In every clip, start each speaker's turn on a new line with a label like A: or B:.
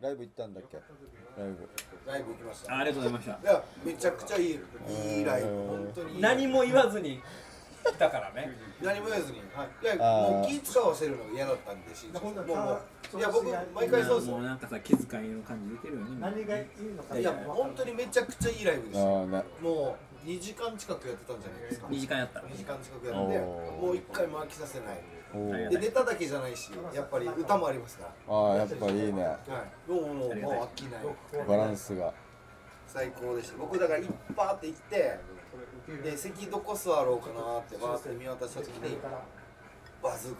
A: ライブ行ったんだっけライブ
B: ライブ行きました
C: ありがとうございました
B: いやめちゃくちゃいいいいライブ本当にいい
C: 何も言わずに来たからね
B: 何も言わずに、はい、いや
A: あー
B: もう気使わせるの嫌だったんでしもうもういや僕毎回そうです
C: も
B: よ
C: うなんかさ気遣いの感じ出てるよね
D: 何がいいのか
B: いや本当にめちゃくちゃいいライブで
A: あ
B: す
A: ー
B: よ
A: な
B: もう2時間近くやってたんじゃないですか
C: 2時間やった
B: 2時間近くやって
A: おー
B: もう一回も飽きさせない
A: お
C: ありが
B: で
A: ー
B: ネタだけじゃないしやっぱり歌もありますか
A: ああやっぱいいね
B: らはいもうもう
C: ありが
B: もう
C: たい
B: 飽きない
A: バランスが
B: 最高でした僕だからいっぱーって行ってで席どこ座ろうかなってバーって見渡した時にバズ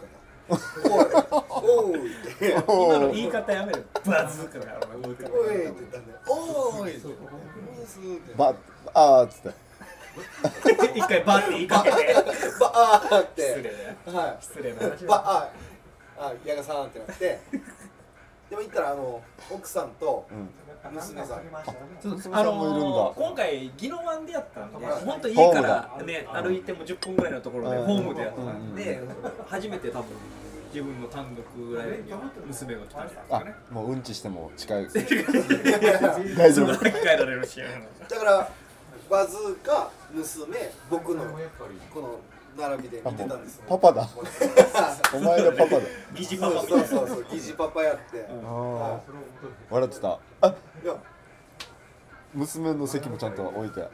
B: ーカが「おいおい!」って「
C: 今の言い方やめるバズーカだろお前
B: おい!」って言ったんで「おーい!」って「バズー」って
A: バあーっつって
C: 一回バって言いかけて
B: バーっ
C: 失
B: て
C: 礼
B: は
C: 失礼ない話
B: バああ矢賀さんってなってでも行ったらあの奥さんと
A: うん
B: 娘さん
A: さんもいるんだ
C: 今回宜野湾でやったんで
B: はい
C: 本当家からね歩いても10分ぐらいのところで
A: うん
C: ホームでやった
A: うんん
C: で初めて多分自分の単独ライブに娘が来たんですよ
A: あ
C: ね
A: もううんちしても近い
B: だ
A: 大
C: そ
A: 丈夫
C: こから帰られるし
B: からバズーカ娘僕のこの並びで見てたんです
A: パパだお前がパパだ
C: 疑似パパ
B: そう
C: みたい
B: そうそ
C: な
B: うそう疑似パパやって、
A: あ
B: は
A: ー笑ってたあ
B: いや
A: 娘の席もちゃんと置いて
B: あり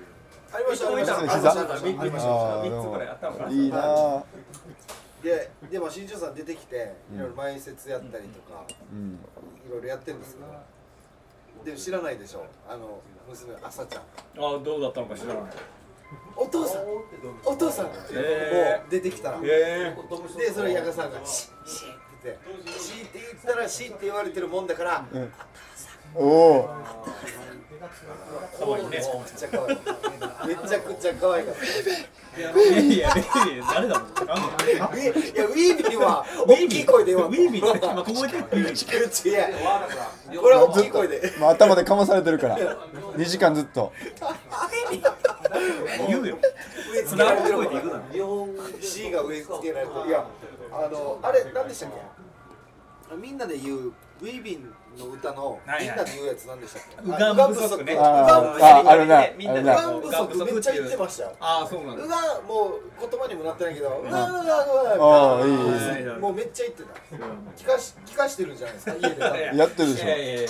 B: ましたありましたありま
A: 膝
B: したありました
A: あー
C: 三つぐらいあったのかない
A: いなあ
B: ででも新庄さん出てきて
A: うん
B: いろいろ前説やったりとか、
A: うん
B: いろいろやってるんですけどでも知らないでしょあの娘あさちゃん
C: あどうだったのか知らない
B: お父さんお父さんも
C: え
B: う出てきたら、
C: え
B: でそれ矢賀さんが「シッシッ」って言って「シッ」って言ったら「シッ」って言われてるもんだから
A: おお
C: かわいいね
B: めっちゃ可愛いめちゃくちゃ可愛かった
C: いやいやいや誰だろうあんの
B: ウィいやウィービーは大きい声で言わん
C: ウィービーっ て今ここ置いてるウィービー
B: いやこれは大きい声で
A: まあ頭でかまされてるから2時間ずっと
C: 言うよ
B: 植え
C: つ
B: 付け
C: な
B: ら
C: が
B: れ
C: る
B: てるか
C: 声で行くだ
B: ら
C: ろ
B: C が植え付けられてるいやあのあれ何でしたっけみんなで言うウィービーの歌の
C: はい
B: みん
C: はい
B: なで言うやつ何でしたっけ
C: うがん不足ね
B: う
A: あ
B: がん
A: ーあるな
C: みんなで
A: ある
B: 不
A: な
B: 足うがん不足めっちゃ言ってましたよ
C: ああそうなん
B: う
C: だ
B: がもう言葉にもなってないけどうがうがうが
A: ああいいい
C: いいいい
B: もうめっちゃ言ってた聞かし聞かしてるんじゃないですか家で多分
A: いやってるでしょ
C: いやいやいや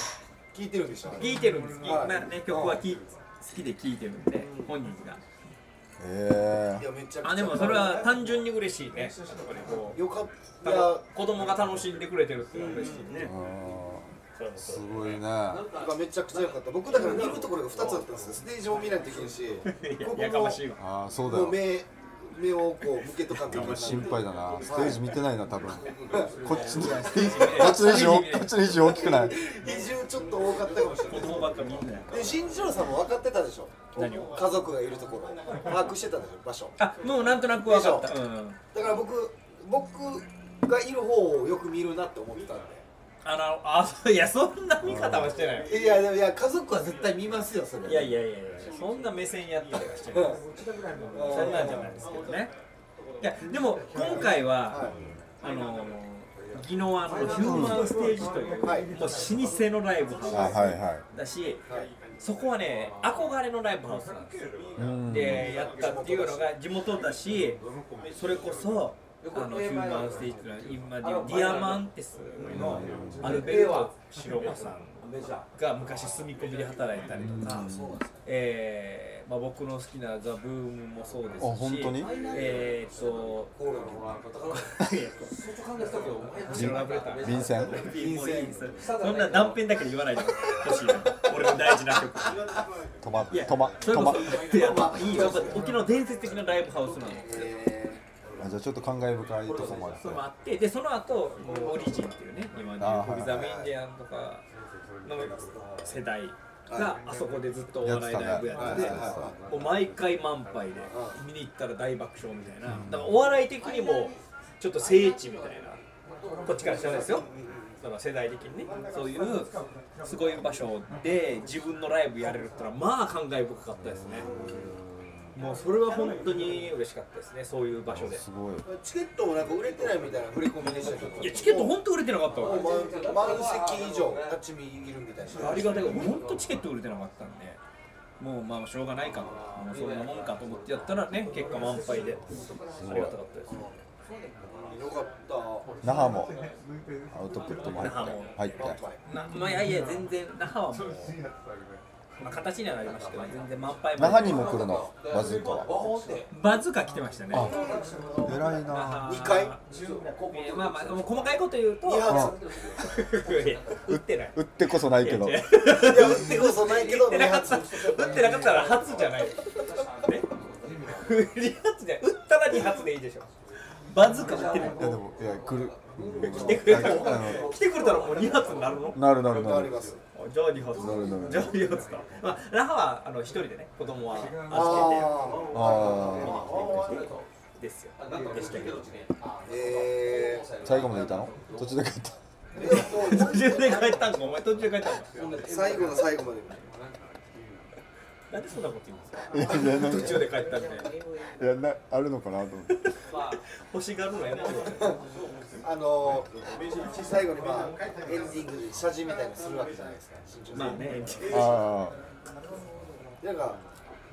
B: 聞いてるんでしょ
C: 聞いてるんです、
B: はい
C: まあね、曲はき好きで聴いてるんで本人が
A: え
B: いやめちゃくちゃ
C: あでもそれは単純に嬉しいねやっぱりこ
B: よかっ
C: う
B: たいや
C: 子供が楽しんでくれてるっていうのは嬉しいね
A: えーすごいな
B: なんかめちゃくちゃ良かった僕だから見るところが2つあったんですよステージも見ないといけんし
C: いや
B: ここも
C: やかましいわ
A: ああそうだ
B: もう
A: よ
B: 目目をこう向けとかんといけない
A: 心配だなステージ見てないな 多分
B: はい
A: こっちのこっちの石こっちの石大きくない
B: 比重ちょっと多かったかもしれ
C: 子
B: ない
C: 供ばっかみんなや
B: で新次郎さんも分かってたでしょ
C: 何を
B: 家族がいるところ把握してたでしょ場所
C: あもうなんとなく分かったうん
B: だから僕僕がいる方をよく見るなって思ってたん
C: あのあそういやそんな見方はしてないよ
B: でいやでもいや家族は絶対見ますよそれ
C: いやいやいやいやそんな目線やったりはしてないですそんなんじゃないですけどねいやでも今回は
B: は
C: あの宜野湾のヒューマンステージという、
B: はい
C: もう老舗のライブ
A: あ
C: ハウ
A: はいはい
C: スだし、
B: いはい
C: そこはね憧れのライブハウスなんですよ、
A: うん
C: でやったっていうのが地元だしそれこそあのヒューマンステージっていうのは今でいうディアマンテスのアルベルト・シロマさんが昔住み込みで働いたりとか、えーまあ、僕の好きなザ・ブームもそうですし
A: あ本当に
C: えーっと
B: コーラの
C: 後ろラブレター
A: 便箋
C: もういいですそんな断片だけで言わないでほしいな俺の大事な曲
A: 止ま
C: いや
A: 止ま
C: それ
A: 止
C: こ
A: ま
C: そいやまあいいよ沖縄の伝説的なライブハウスなの
B: え
A: あじゃあちょっと感慨深いとこもあって
C: それもあってでその後もうオリジンっていうね今
A: あ
C: ね
A: はい
C: ポリザメインディアンとかの世代があそこでずっとお
A: やって
C: 笑い
A: た
C: ライブ
A: ね
B: ー
C: や
B: は
C: っ
B: い
C: て
B: は
C: て
B: いは
C: もう毎回満杯で見に行ったら大爆笑みたいなだからお笑い的にもちょっと聖地みたいなこっちからしたらですよその世代的にねそういうすごい場所で自分のライブやれるってのはまあ感慨深かったですねもうそれは本当に嬉しかったですねそういう場所です
A: ごい
B: チケットもなんか売れてないみたいな振り込みでしたけど
C: いやチケット本当売れてなかった
B: も
C: わ
B: う満満席以上立ち見いるみたいな
C: ありがたい本当チケット売れてなかったんでもうまあしょうがないかともうそんなもんかと思ってやったらね結果満杯でありがたかったです
B: よかった
A: 那覇もアウトプットも入って
C: 那覇も
A: 入って
C: なまあいやいや全然那覇はもう、まあ、形にはなりましたけど全然満杯まで
A: 那覇にも来るのバズーカは
C: バズが来てましたね
A: あ偉いな
C: あー
B: 二回
C: いやまあまあもう細かいこと言うと
B: 二 発
C: いや打ってない
A: 売ってこそないけど
C: いや違う
B: いや売ってこそないけど
C: 打って
B: 二
C: なかっ
B: 発
C: た打ってなかったら初じゃないね二発じゃない打ったら二発でいいでしょバズーカ打ってない
A: いやでもいや来る
C: 来てくれたら来てくれたらもう2発になるの
A: あのなるなる
B: よく
A: な
B: あり
A: る
B: ます
C: じゃあ2発
A: なるなる
C: じゃあ2発だ、まあ、ラハはあの一人でね子供は預
A: あ
B: あ
C: けてですよでしたけど
B: あえ
A: あ最後までいたの途中で帰った
B: ーでももう
C: 途中で帰ったんかお前途中で帰ったんか
B: 最後の最後まで
C: なんでそんなこと言うんですか
A: いやいやなんか
C: 途中で帰ったんで
A: いやなあるのかなと思って
C: 欲しがるのやめてください
B: あのー、最後にまあエンディングで写真みたいなのするわけじゃないですか新庄さん
C: まあね
A: あ
B: なんか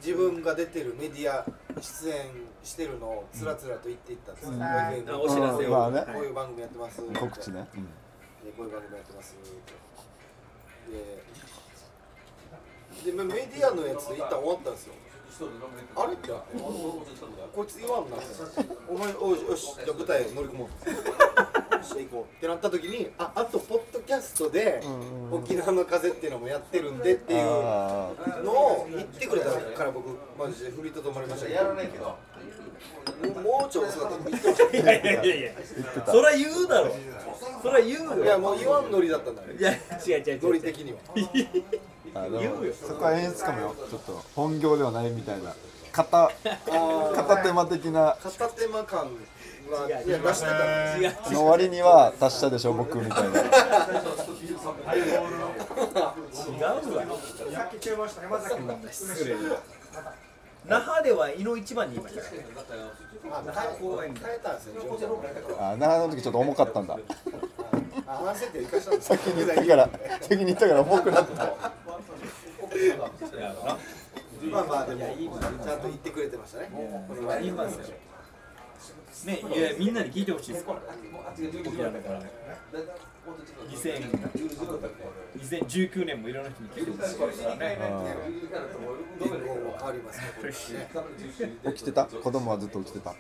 B: 自分が出てるメディア出演してるのをつらつらと言っていったんですよ、
C: あ
B: こ
C: お知らせを、
A: まあね
B: ういう番組やってます
A: あ告知ね、うん
B: でこういう番組やってますででメメディアのやつ一旦終わったんですよあれってこいつ言わんなお前おいよしじゃあ舞台乗り込もうよし行こうってなった時にああとポッドキャストで沖縄の風っていうのもやってるんでっていう
A: ああ
B: のを言ってくれたから僕マジで振りとどまりましたけどやらないけどもうちょい遅かった言ってほし
C: いやいやいやいやそりゃ言うだろそりゃ言う
B: い
C: よ
B: いやもう言わんノリだったんだね
C: いや違う違う違う
B: ノリ的には
A: あでも
C: 言うよ
A: そこは演出かもよちょっと本業ではないみたいな片片手間的な
B: 片手間感は
C: 違う
B: いや出してたら
C: 違う違う
A: あの割には達者でしょ僕みたいな
C: 違うわ失礼那覇では井の一番にいましたからね
B: あ変え変えたんですよ順番
A: あ那覇の時ちょっと重かったんだ
B: あ反省点を生かしたんですよ
A: 先に行ったから先に行ったから重くな った
B: まあまあでもちゃんと言ってくれてましたねこの前
C: 言いますよねいやみんなに聞いてほしいですから僕らだから2000 2019年もいろんな人に聞いてほしいですからね
B: 言語も変わりますねこれね
A: 起きてた子供はずっと起きてた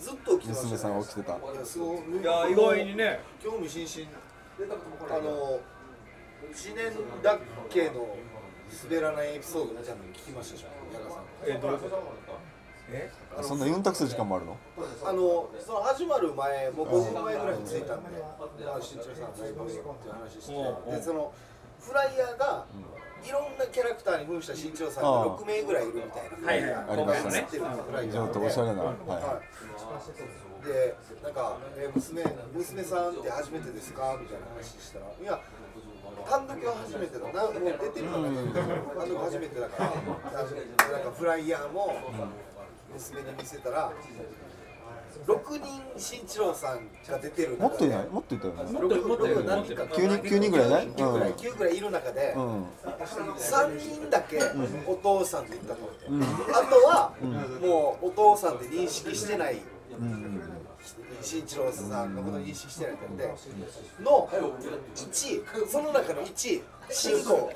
B: ずっと起きてました
A: 娘さんは起きてた
B: いやすごい
C: いや意外にね
B: 興味津々あの一年だっけの滑らないエピソードみたいなの聞きましたでしょ矢賀さん
C: えどういうことえ
A: そんなユンタクする時間もあるの
B: あのその始まる前もう5時前ぐらいに着いたんであ新潮さんライブっていう話して
C: うん
B: でそのフライヤーがいろんなキャラクターに扮した新潮さん
A: あ
B: が
A: あ
B: 6名ぐらいいるみたいな
C: はいはい
A: ありましたね
B: 映ってるフライヤー
A: ちょっとおしゃれな、
B: は、
A: はい
B: でなんか、えー娘「娘さんって初めてですか?」みたいな話したら「いや単独は初めてだなもう出てるからね単独初めてだからあのなんかフライヤーも娘に見せたら6人新一郎さんが出てる
A: い、もっといないいもっといたよね
C: もっともっといる
B: 何人か
A: 急に急にぐらいね
B: 9ぐらい9ぐらいいる中で、
A: うん、うん、
B: 3人だけお父さんって言ったと思って、あとは、もうお父さんって認識してない慎一郎さんのことを認識してないって言っての1その中の1慎吾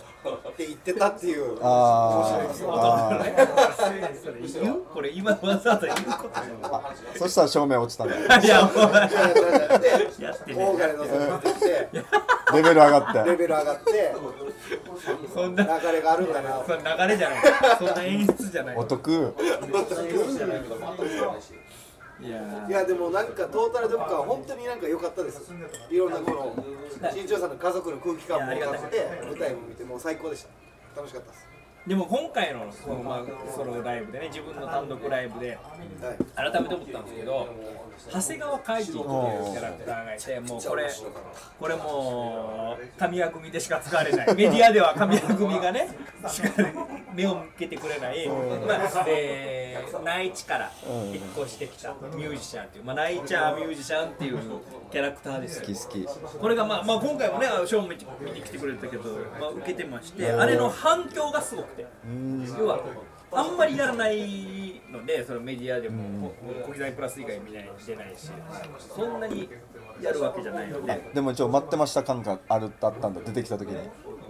B: って言ってたっていう
A: あーあ
C: 言うこれ今わざわざ言うこと
A: ーそしたら照明落ちたんだ
C: いやもう
B: いやいやいやで
C: やってね
B: 大金のぞってきて
A: レベル上がっ
B: レ
A: て
B: ベル上がって
C: そんな
B: 流れがあるんだな
C: そんな流れじゃないそんな演出じゃない
A: お得
C: いや
B: いやでもなんかトータルで僕は本当になんか良かったですいろんなこの新庄さんの家族の空気感も分かって舞台も見てもう最高でした楽しかったです
C: でも今回のその,、まあ、そのライブでね自分の単独ライブで
B: はい
C: 改めて思ったんですけど長谷川海人というキャラクターがいてもうこれこ れもう神谷組でしか使われないメディアでは神谷組がねしか目を向けてくれない、まあえー、内地から引っ越してきたミュージシャンっていう、まあ、ナイチャーミュージシャンっていうキャラクターですよ
A: 好き好き
C: これが、まあ、まあ今回もねあのショー見て見に来てくれたけど、まあ、受けてましてあれの反響がすごくて要はあんまりやらないのでそのメディアでもこ小刻みプラス以外見ないしてないしそんなにやるわけじゃないので
A: でも一応待ってました感があるあったんだ出てきた時に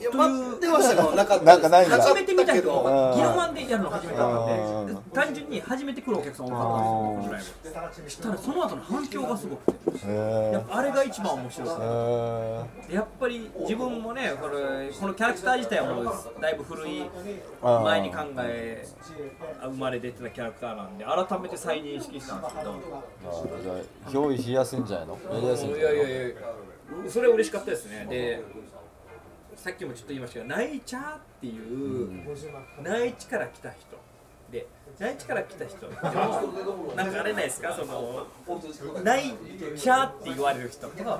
B: いや待ってましたけどなかった
A: なんかないんだ
B: 初
C: 初
B: めて
C: めて
B: 見
C: 見
B: た
C: た
B: け
C: け
B: ど
C: どギロマンでやるの初めてだったんで
A: うん
C: 単純に初めて来るお客さん多かったんですよ僕らもそしたらその後の反響がすごくて
A: へえ
C: やっぱあれが一番面白いですね
A: へ
C: でやっぱり自分もねこれこのキャラクター自体はもうだいぶ古い
A: あー
C: 前に考え生まれ出てたキャラクターなんで改めて再認識したんですけど
A: ーじゃあ憑依冷やせんじゃないのやりやすいん
C: い
A: じゃ
C: や
A: ない
C: い
A: の
C: やいやそれは嬉しかったですねでさっきもちょっと言いましたけど内茶っていう内地から来た人で内地から来た人っていうのなんかあれないですかその内茶って言われる人と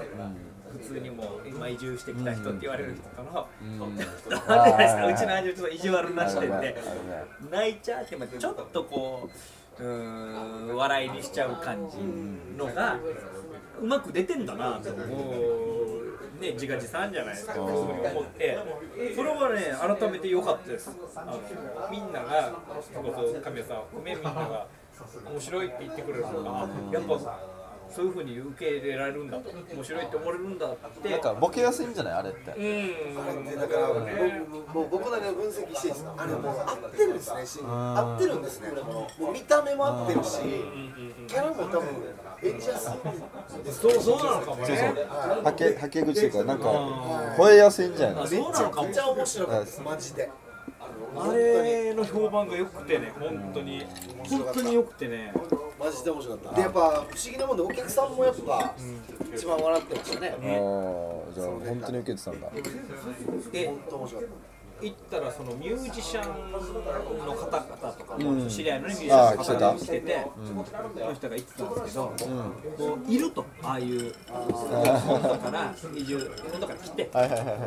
C: 普通にもう今移住してきた人って言われる人との、
A: うん
C: ちょっとあれじゃないですかうちの味をちょっと意地悪な
A: あ
C: し
A: る
C: て
A: ねあ
C: て
A: るね
C: 泣いちゃうってまあちょっとこううーん笑いにしちゃう感じのがうまく出てんだなと思うね自画自賛じゃないですかそう思ってそれはね改めて良かったですあのみんながそれこそ神谷さんを含めみんなが面白いって言ってくれるのがあやっぱそういうふうに受け入れられるんだと面白いって思われるんだって
A: なんかボケやすいんじゃないあれって
C: うん
B: でだから僕もう僕なりの分析してですあれもう合ってるんですねシーン合ってるんですねもう見た目も合ってるしキャラも多分演じやすいんです
C: そうそうなのかもね
A: そうそうはけはけ口というかなんか
C: うん
A: 吠えやすいんじゃないの
C: あそうなのかも
B: めっちゃ面白かったですマジで
C: あれの評判が良くてね、本当に、本当に良くてね、
B: マジで面白かったでやっぱ不思議なもんでお客さんもやっぱ一番笑ってましたね
A: あーじゃあ本当に受けてたんだ
C: で
B: 本当面白かった
C: 行ったら、そのミュージシャンの方々とか
A: うん
C: も、知り合いのねミュージシャンの方
A: あ
C: 々
A: ー来
C: も来てて、その人が言ってたんですけど、こういると、ああいう、本土から移住、本土から来て、
A: はいはいはいはい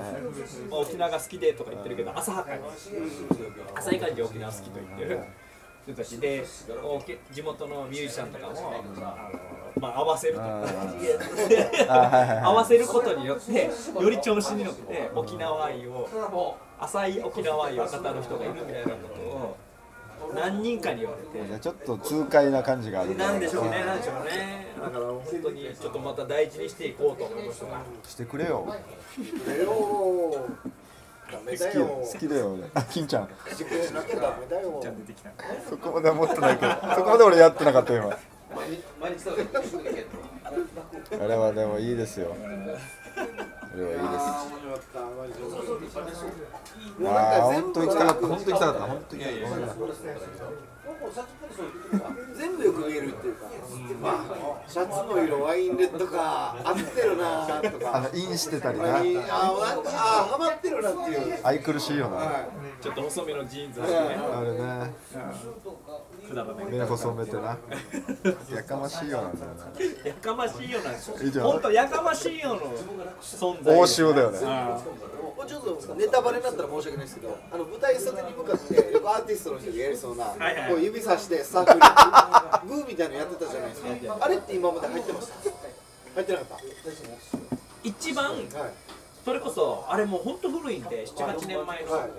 C: まあ沖縄が好きでとか言ってるけど、浅はかに、浅い感じで沖縄好きと言ってる人たちで、おけ地元のミュージシャンとかも、あのまあ、合わせると。
A: あはいはいはい
C: 合わせることによってより調子に乗って沖縄愛を浅い沖縄愛を方の人がいるみたいなことを何人かに言われ
A: いや
C: て
A: ちょっと痛快な感じがある
C: なんでしょうねなんでしょうねだから本当にちょっとまた大事にしていこうと思いました
A: してくれよ
B: だよダメだよ
A: 好きだよ俺あ金ちゃん
B: 自己しなきゃダメだよ
C: じゃあ出てきた
A: そこまでは思ってないけど そこまで俺やってなかった今あれはでもいいですよあれはいいですあー本当に行きたかった本当に行きたかった本当に行きたかった
B: 全部よく見えるっていうか、まあ、シャツの色ワインレッドか合ってるなーと
A: あ
B: か
A: のインしてたり
B: あ
A: な
B: ーなんかあーハマってるなっていう
A: 愛くるしいよな
C: ちょっと細めのジーンズをね
A: あれね
C: くだらない
A: 目細めて なやかましいよなんだよな
C: やかましいよなんです
A: 以上
C: よ本当やかましいよの存在
A: 大潮だよね
C: あ
B: もうちょっとネタバレになったら申し訳ないですけどあの舞台袖に向かってよくアーティストの人がやりそうな
C: はいはい
B: こう指さしてスタッフにグーみたいなのやってたじゃないですかあれって今まで入ってました入ってなかった
C: ー一
B: は
C: 番
B: い
C: それこそあれもう本当古いんで78年前の
B: はい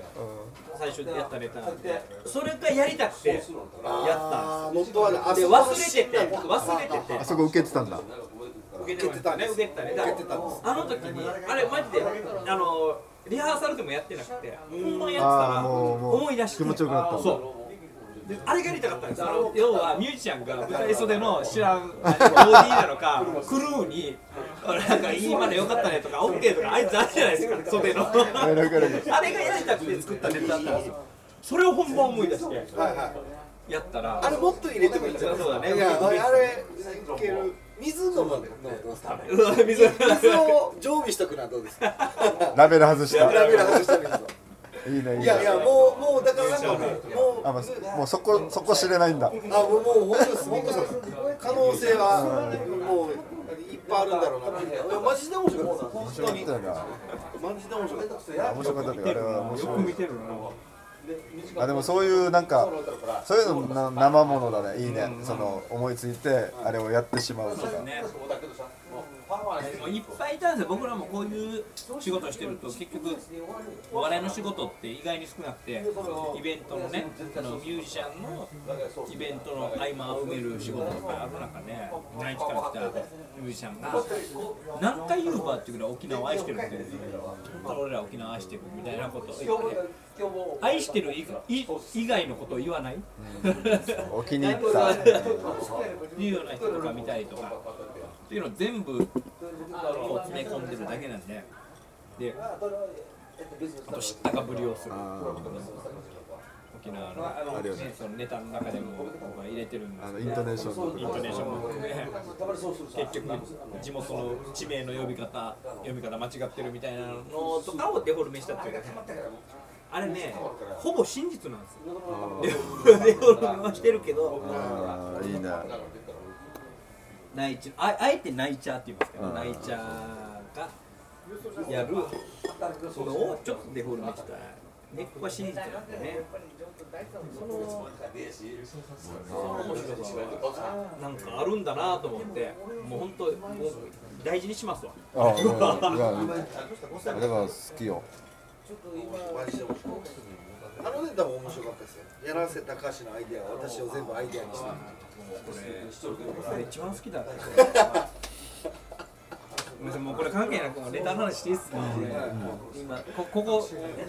C: 最初でやったネタなんでそれがやりたくてやったん
B: あー元はねあ
C: です
B: そ
C: で
B: こ
C: 忘
B: の
C: れ
B: シ
C: て
B: ーンな
C: て
B: んだ
C: 忘れてて
A: あそこ受けてたんだ
C: 受けてたね受けてたねだから
B: 受けてたんです
C: あの時にあれマジであのリハーサルでもやってなくて本番やってた
A: ああ
C: ら
A: もうもう
C: 思い出して
A: 気持ちよくなったんだ
C: そうであれがやりたかったんですあの要はミュージシャンが舞台袖の知らん OD なのかクルーになんか今のよかったねとか OK とかあいつあるじゃないですか袖の
A: あれかるかる
C: あれがやりたくて作ったネタだったんですよそれを本番思い出して
B: はいはい
C: やったら
B: あれもっと入れてもいいんじゃないです
C: そうだね
B: かいやあれあれいける水飲むのどう ですか
C: うわ水が
B: 水を常備しとくのはどうです か
A: ラベル外した
B: ラ
A: い
B: ベル外してみるぞ
A: いねいい
B: い
A: ね
B: やいやもうもうだからなんかもう
A: あ、ま
B: もう
A: あ、もうそこそこ知れないんだ
B: あもうもう本当です本当です可能性はもういっぱいあるんだろうなっていやマジで面白かったです本当に
A: 面白かったな
B: マジで面白かったです
A: 面白かったけどあれは面
C: よ
A: 白
C: く見
A: い
C: てるな
A: あでもそういうなんかそういうのな生ものだねいいね、その思いついてあれをやってしまうとか、
C: ねでもいっぱいいたんですよ僕らもこういう仕事をしてると結局お笑いの仕事って意外に少なくてイベントのねあのミュージシャンのイベントの合間を埋める仕事とかある中ね内地から来たミュージシャンが何回言うかっていうぐらい沖縄を愛してるみたいな本当に俺ら沖縄愛してるみたいなことを言って愛してる以以以外のことを言わない
A: お気に入った、
C: いうような人とか見たりとかっていうのを全部こう詰め込んでるだけなんでであと知ったかぶりをする沖縄の
A: あるよね
C: ねそのネタの中でも僕は入れてるんで
A: あ
C: す
A: の
C: け
A: イ
C: ど
A: ントネーションのとこ
C: イントネーションも含め結局地元の地名の呼び方読み方間違ってるみたいなのとかをデフォルメしたっていうかあれねほぼ真実なんですよデフォルデフォルメはしてるけど
A: あーいいね
C: ナイチャああえてナイチャーって言いますけ
A: う
C: ど
A: ん
C: ナイチャーがやるそのをちょっとデフォルメした根っこは真実なんでねそのその面白さはなんかあるんだなと思ってもう本当もう大事にしますわ
A: あーうんうんあれは好きよ
B: あのネタも面白かったですよ。柳瀬隆のアイデアは私を全部アイデアにした。
C: これ一番好きだねごめんなさいもうこれ関係なくネタの話していいっすか、俺今ここここ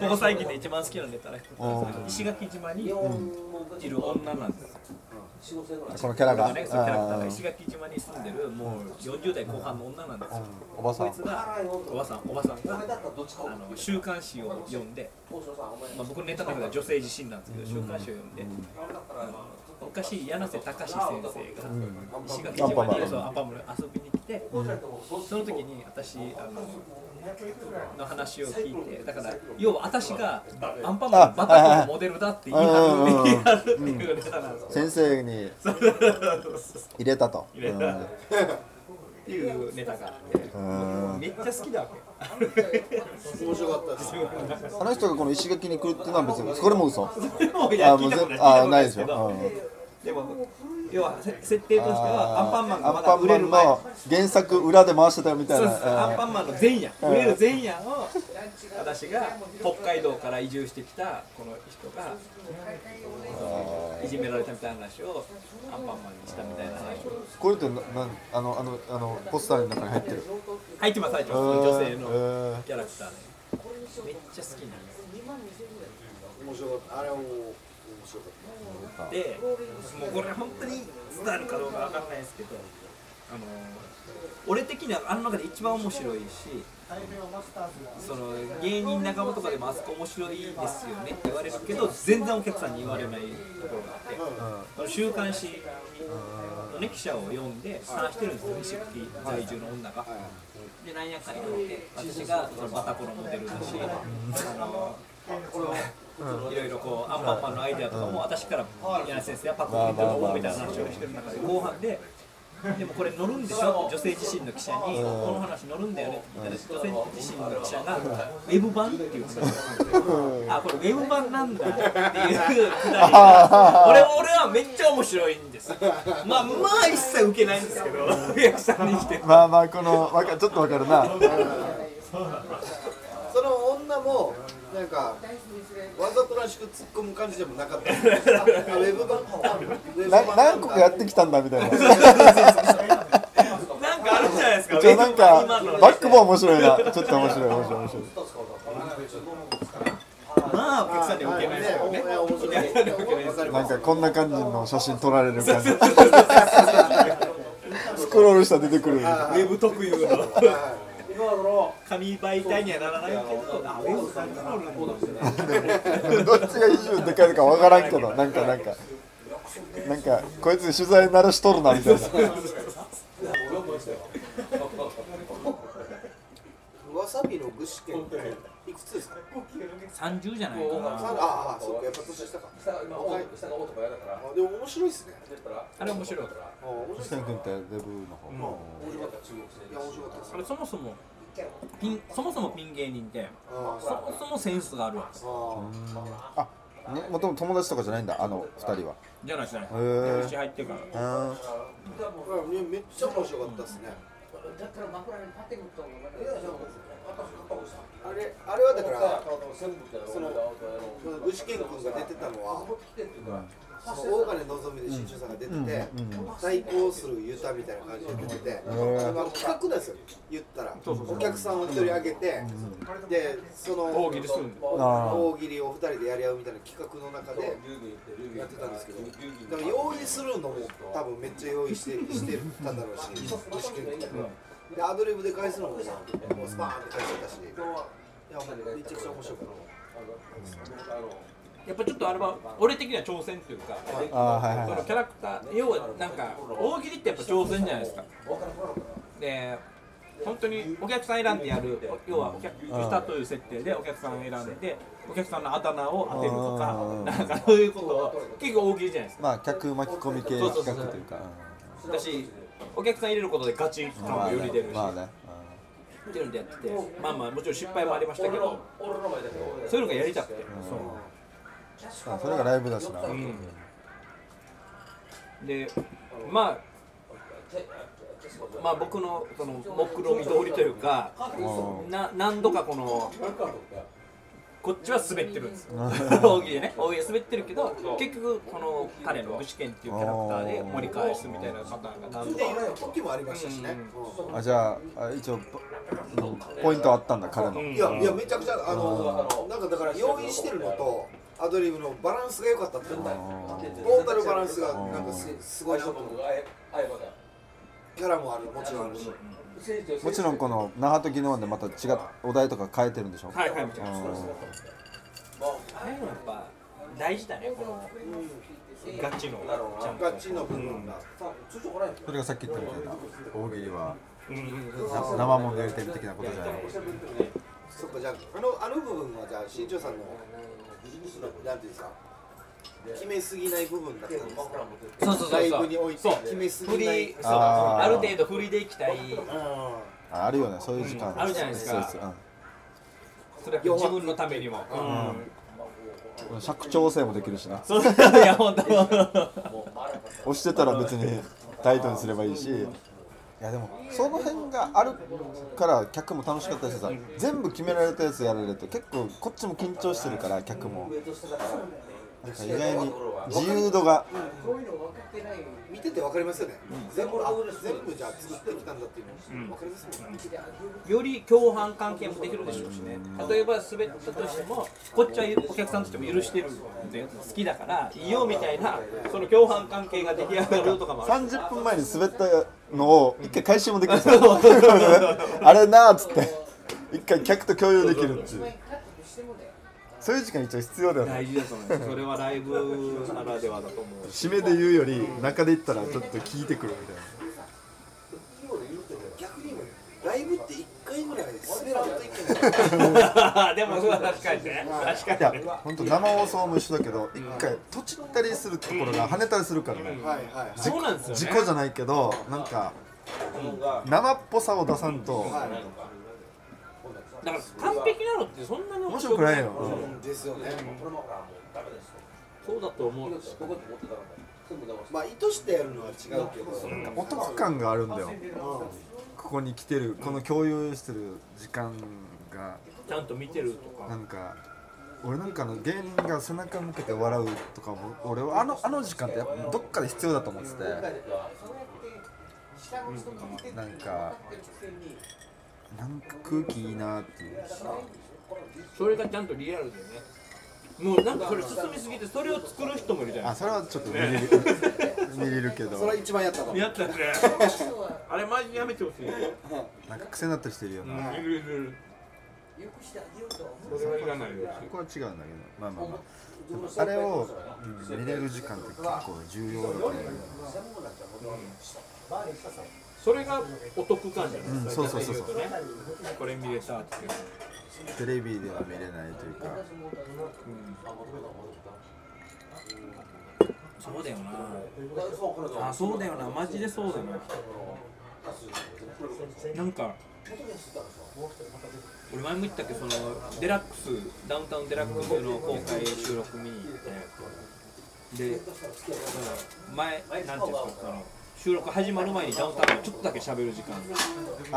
C: こ最近で一番好きなネタね
A: うん
C: 石垣島にいる女なんですよ
A: このキャラが、
C: 僕ねそのキャラクター
A: う
C: が
A: ん
C: 石垣島に住んでるもう40代後半の女なんですよ
A: おばさん
C: こいつがおばさんおばさんがあの週刊誌を読んで、まあ、僕ネタの中では女性自身なんですけど週刊誌を読んで、あの昔柳瀬隆史先生が石垣島にそうアパム遊びに来て、その時に私あのの話を聞いてだから要は私がアンパンマンのバタコのモデルだって言い張るっていうネタなんですよ。
A: 先生に入れたと、
C: 入れたっていうネタがあって
A: うんうん
C: めっちゃ好きだわけ。
B: 面白かったです。
A: あの人がこの石垣に来るっていうのは別にこれも嘘あ
C: もういや
A: ー
C: 聞
A: も
C: いうた
A: ぜ
C: ことない
A: あーないでし
C: 聞いたこと
A: ょ、う
C: なんいでも要はせ設定としてはアンパ
A: あ
C: ン
A: ー
C: マンがまだ売れる前
A: アンパンマンの原作裏で回してたよみたい
C: そう
A: な
C: ですアンパンマンの前夜
A: ん
C: 売れる前夜を私が北海道から移住してきたこの人がいじめられたみたいな話をアンパンマンにしたみたいな話
A: これってななんあのあのあのポスターの中に入ってる
C: 入ってます入ってます女性の
A: の
C: キャラクターでめっちゃ好きなんです
B: 面白かった。あれはもう面白かっ
C: で、もうこれ本当に伝えるかどうかわかんないですけど、あの俺的にはあの中で一番面白いし、その芸人仲間とかでもあそこ面白いですよねって言われるけど、全然お客さんに言われないところがあって。あの週刊誌の、ね、記者を読んでスターしてるんですよ、石垣在住の女が。で、なんやかんやって、私がそのバタコのモデルだし、あのいろいろこう、アンパンマンのアイデアとかも、私から柳先生やパコンってどう思うみたいな話をしてる中で、後半で。でもこれ乗るんでしょ女性自身の記者にこの話乗るんだよねって聞いたら女性自身の記者がウェブ版って言ってたんですよあこれウェブ版なんだっていうくだりが俺俺はめっちゃ面白いんですまあまあ一切受けないんですけどお客さんに来て
A: まあまあこのわかちょっとわかるな
B: た。その女もなんかわざとらしく突っ込む感じでもなかった。あウェブ版。あウェブ版
A: な何個かやってきたんだみた いな
C: なんかあるじゃないですか
A: じゃあなん
C: ウェブ版今
A: か
C: の
A: バックボーン面白いなちょっと面白い面白い面白い
C: まあお客さんには受けないですよね
B: あ面白い
C: お客さんには受けないですよ
A: なんかこんな感じの写真撮られる感 じスクロールしたら出てくる
C: ウェブ特有の
B: はい
C: 紙媒体にはならないけどあウェブ版に乗るんだ
A: どっちが一番でかいのかわからんけどなんかなんかなんかこいつ取材慣らしとるなみたいな
B: わさびの具志堅っていくつですか。
C: 30じゃないか
B: あ
C: な
B: ああそっかやっぱ年下か。あでも面白いですね。
C: あれ面白い
B: あ面白い。
A: 星野君ってデブの方、
B: いや面白かったです。
C: あれそもそもピンそもそもピン芸人で
B: あ
C: そもそもセンスがあるわけ
B: あ。
A: あももともと友達とかじゃないんだあの二人は
C: じゃないですね。
A: へー
C: うち入ってから。
A: あ
B: めめっちゃ面白かったですね、あれあれはだからその具志堅君が出てたのは、その大金のぞみで新庄さんが出てて、対抗するユタみたいな感じで出てて、
A: ん
B: あれは企画なんですよ言ったらお客さんを一人上げて、でその
C: 大喜利するんだ
A: あー
B: 大喜利を二人でやり合うみたいな企画の中でやってたんですけどだから用意するのも多分めっちゃ用意してしてたんだろうし具志堅君でアドリブで返すのもさもうスパーンって返してたしいやもうめちゃくちゃ面白かった。
C: やっぱちょっとあれは俺的には挑戦っていうか、
A: ーあーはいはい
C: そ
A: は
C: の
A: い
C: キャラクター要はなんか大喜利ってやっぱ挑戦じゃないですか。で本当にお客さん選んでやる要はお客したという設定でお客さんを選んでお客さんのあだ名を当てると
A: うん
C: かなんかそういうことを結構大喜利じゃないですか。
A: まあ客巻き込み系企画というか
C: だしお客さん入れることでガチ
A: うん
C: 感もより出るし。
A: まあね
C: っていうのでやっててまあまあもちろん失敗もありましたけどそういうのがやりたくて、
A: まあそれがライブだしな
C: でまあまあ僕のその目論見通りというか
A: う
C: な何度かこのこっちは滑ってるん ですよ大喜利でね大喜利で滑ってるけど結局この彼の具志堅っていうキャラクターで盛り返すみたいなパターンが何度
B: で
C: か
B: いろいろ時もありましたしね、
A: あじゃああ一応ポうんポイントあったんだ彼の
B: いやいやめちゃくちゃあのなんかだから用意してるのとアドリブのバランスが良かったっていうかトータルバランスがなんかすすごいなと思うキャラもあるもちろんあるし
A: もちろんこの那覇と宜野湾でまた違ったお題とか変えてるんでしょ
C: はいはいみたいな
A: う
C: ああいうのやっぱ大事だねこのガチのちゃんと
B: ガチの部分が、
A: んそれがさっき言ったみたいな大喜利は
C: うんうんうん
A: な生もんでやりたい的なことじゃない
B: そっかじゃああのあの部分はじゃあ新庄さんのなんていうんですか決めすぎない部分だったんですか
C: そうそう
B: ラ
C: そう
B: イ
C: そ
B: ブ
C: う
B: において
C: そう
B: 決めす
C: 振
B: ぎない
C: りそう
A: あー
C: ある程度振りでいきたい
B: うん
A: ああるよねそういう時間
C: うんあるじゃないですか
A: そうそう
C: それは自分のためにも、
A: うん尺調整もできるしな
C: そういや本当
A: 押してたら別にタイトにすればいいしいやでもその辺があるから客も楽しかったしさ全部決められたやつやられると結構こっちも緊張してるから客もなんか意外に自由度が
B: 見ててわかりますよね、全部あ全部じゃあ作ってきたんだっていうのわかりますもんね、
C: より共犯関係もできるでしょうしね例えば滑ったとしてもこっちはお客さんとしても許してるって好きだからいいよみたいなその共犯関係が出来上がるとかもある
A: 30分前に滑ったのを一回回収もでき るんですよあれなーっつって一回客と共有できるっていうそういう時間一応必要だよね
C: 大事だと思いますそれはライブならではだと思う
A: 締めで言うより中で言ったらちょっと聞いてくるみたいな
B: 逆にもライブって1回ぐらい滑らんといけない
C: でもそうは確かにね確かに
A: いや、本当生放送も一緒だけど、一回とちったりするところが跳ねたりするからね。
B: はいはいはい
C: そうなんですよね
A: 事故じゃないけど、なんか生っぽさを出さんと
C: だから完璧なのってそんなに
A: 面白くないよ。
B: ですよね、
C: そうだと思う
B: まあ意図してやるのは違うけど、
A: なんかお得感があるんだよ。ここに来てる、この共有してる時間が
C: ちゃんと見てるとか
A: なんか俺なんかの芸人が背中向けて笑うとかも俺はあのあの時間ってやっぱどっかで必要だと思ってて、なんかなんか空気いいなっていう
C: それがちゃんとリアルでねもうなんかそれ進みすぎてそれを作る人もいるじゃない
A: あそれはちょっと見れる見れるけど
B: それは一番やったの
C: やったねあれマジやめてほしいい
A: なんか癖になった人いるよな、こ
C: るいるいるそれはいらないよ
A: こは違うんだけどまあまあまあでもあれをうん見れる時間って結構重要だから、
C: それがお得感じゃない
A: うん
C: です
A: そ
C: か、
A: うそうそうそう
C: 逆に言とねこれ見れたっていう
A: テレビでは見れないというか
C: そうだよなあそうだよなマジでそうだよななんか俺前も言ったけどそのデラックスダウンタウンデラックスの公開収録見に行ってでその前なんていうんですかその収録始まる前にダウンタウンがちょっとだけ喋る時間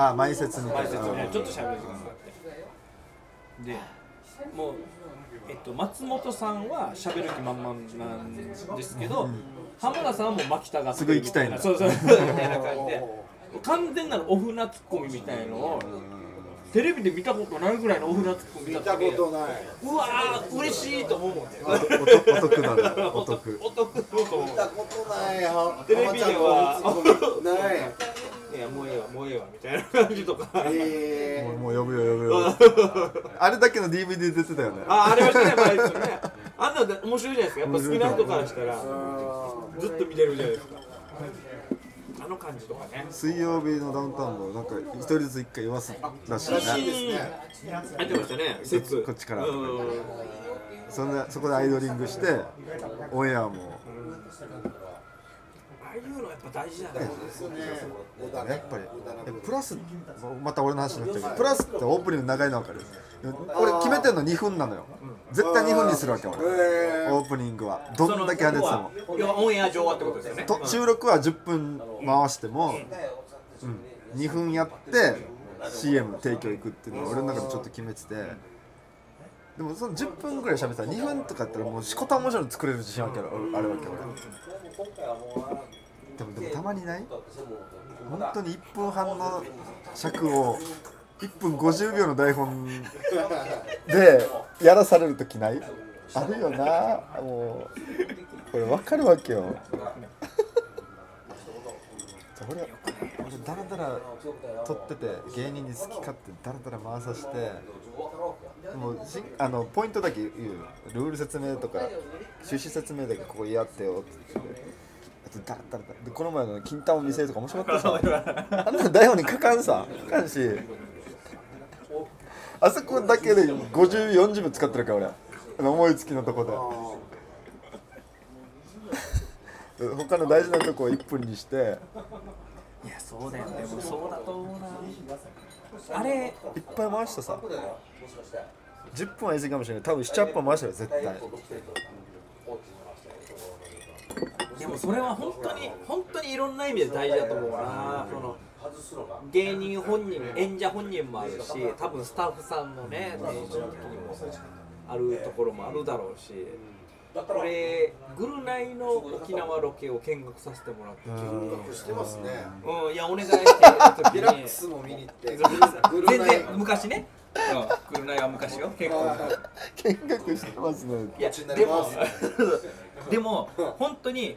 A: あ前説みたい
C: 前
A: な
C: 説ねちょっと喋る時間があってでもうえっと松本さんは喋る気満々なんですけど、浜田さんはもう牧田が
A: すぐ行きたいんだ
C: そうそうみたいな感じで完全なるオフなツッコミみたいのをテレビで見たことないぐらいのオフなツッコミ
B: 見
C: だったた
B: ことないう
C: わー嬉しいと思うもんね
A: おお得だねお
C: お得
A: 得
C: お得だと思う
B: 見たことないは
C: テレビでは
B: 浜ちゃん のツッコミない
C: いやもうええわもうええわみたいな感じとか
B: え
A: も
B: ー
A: うもう呼ぶよ呼ぶよあれだけの DVD 出てたよね
C: あありましたねバイトねあんなの面白いじゃないですかやっぱ好きな人からしたらずっと見てるじゃないですかあの感じとかね
A: 水曜日のダウンタウンもなんか一人ずつ一回言わすらしいな
B: らしいですね
C: 入ってましたね説
A: こっちから
C: うん
A: そんなそこでアイドリングしてオンエアも
C: ああいうのやっぱ大事なんだよね
B: そうね
A: やっぱりえプラスまた俺の話になっちゃうけどプラスってオープニング長いの分かるでも俺決めてんの2分なのよ絶対2分にするわけ俺
B: えー
A: オープニングはどんだけ跳ねてても
C: その要はオンエア上はってことですよね
A: と収録は10分回しても、うん、2分やって CM 提供行くっていうのを俺の中でちょっと決めててでもその10分ぐらい喋ったら2分とかやったらもうしこたん面白いの作れる自信あるわけよ俺あるわけ俺でもでもたまにない本当に1分半の尺を1分50秒の台本でやらされる時ないあるよなもうこれ分かるわけよ俺俺ダラダラ撮ってて芸人に好き勝手ダラダラ回さしてもうしあのポイントだけ言うよルール説明とか趣旨説明だけここやってよって言ってあとダラダラダラでこの前の「金玉見せ」とか面白かったさあんなの台本に書かんさ書かんしあそこだけで5040分使ってるから俺あの思いつきのとこで。 他の大事なとこを1分にして
C: いやそうだよねもうそうだと思うなあれ
A: いっぱい回したさ10分は言い過ぎかもしれない多分78本回したよ絶対
C: でもそれは本当に本当にいろんな意味で大事だと思うなその芸人本人演者本人もあるし多分スタッフさんのねテンション的にもあるところもあるだろうし俺ぐるナイの沖縄ロケを見学させてもらって
B: してますね
C: うんいやお願いしてた時
B: デ
C: に
B: ラックスも見に行ってグル
C: 全
B: ナイ
C: 然昔ねうんぐるナイは昔よ結構昔
A: 見学してますね
C: いやでも でも本当に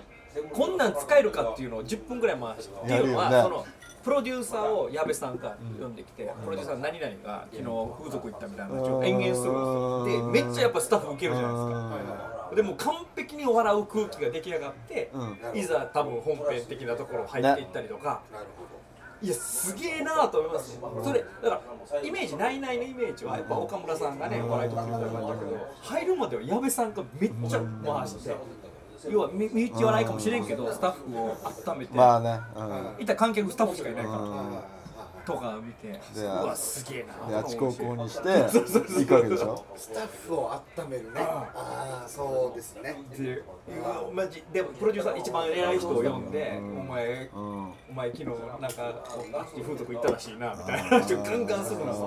C: こんなん使えるかっていうのを10分ぐらい回してっていうのは、
A: やるよね
C: そのプロデューサーを矢部さんが呼んできて、プロデューサー何々が昨日風俗行ったみたいな話を延々するんですよでめっちゃやっぱスタッフ受けるじゃないですかでもう完璧に笑う空気が出来上がって、
A: う
C: いざ多分本編的なところ入っていったりとか、
B: なるほ
C: いやすげえなと思いますそれだからイメージないないのイメージはやっぱ岡村さんがねお笑いとってみたいな感じだけど入るまでは矢部さんがめっちゃ回して要はみ身内はないかもしれんけどスタッフを温めて、
A: まあね、
C: いた観客スタッフしかいないから、
B: ど
C: とか見て
A: で
C: うわすげえな
A: うん、であち
C: と
A: 高
C: 思
A: 校
C: うし
A: にして行くわけでしょ
B: スタッフを温めるねああそうですね
C: でうわマジでもプロデューサー一番偉い人を呼んで、お前
A: うん
C: お前昨日なんか風俗行ったらしいなみたいな話をガンガンするのさ
A: あ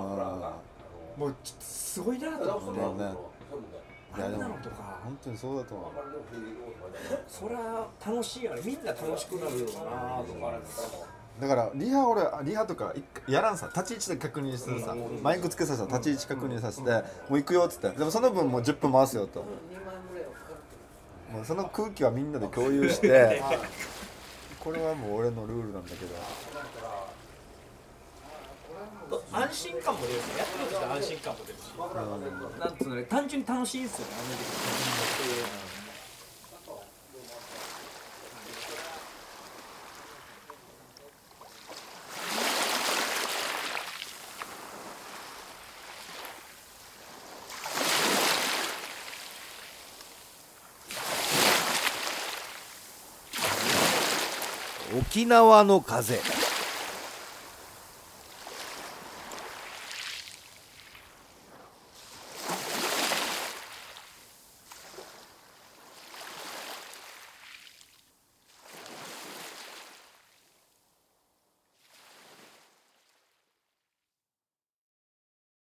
C: もうちょっとすごいなと思
A: ー
C: っ
A: で
C: て。
A: もねいやでも
C: あんなのとか
A: 本当にそうだと思う
C: そりゃ楽しいよねみんな楽しくなるよなとか
A: だからリハ俺リハとか一回やらんさ立ち位置で確認するさマイクつけさせたら立ち位置確認させてもう行くよっつってでもその分もう10分回すよともうその空気はみんなで共有してこれはもう俺のルールなんだけど
C: 安心感も出るしやってるとしたら安心感も出るしなんつうのね単純に楽しいんすよねあの時
D: 沖縄の風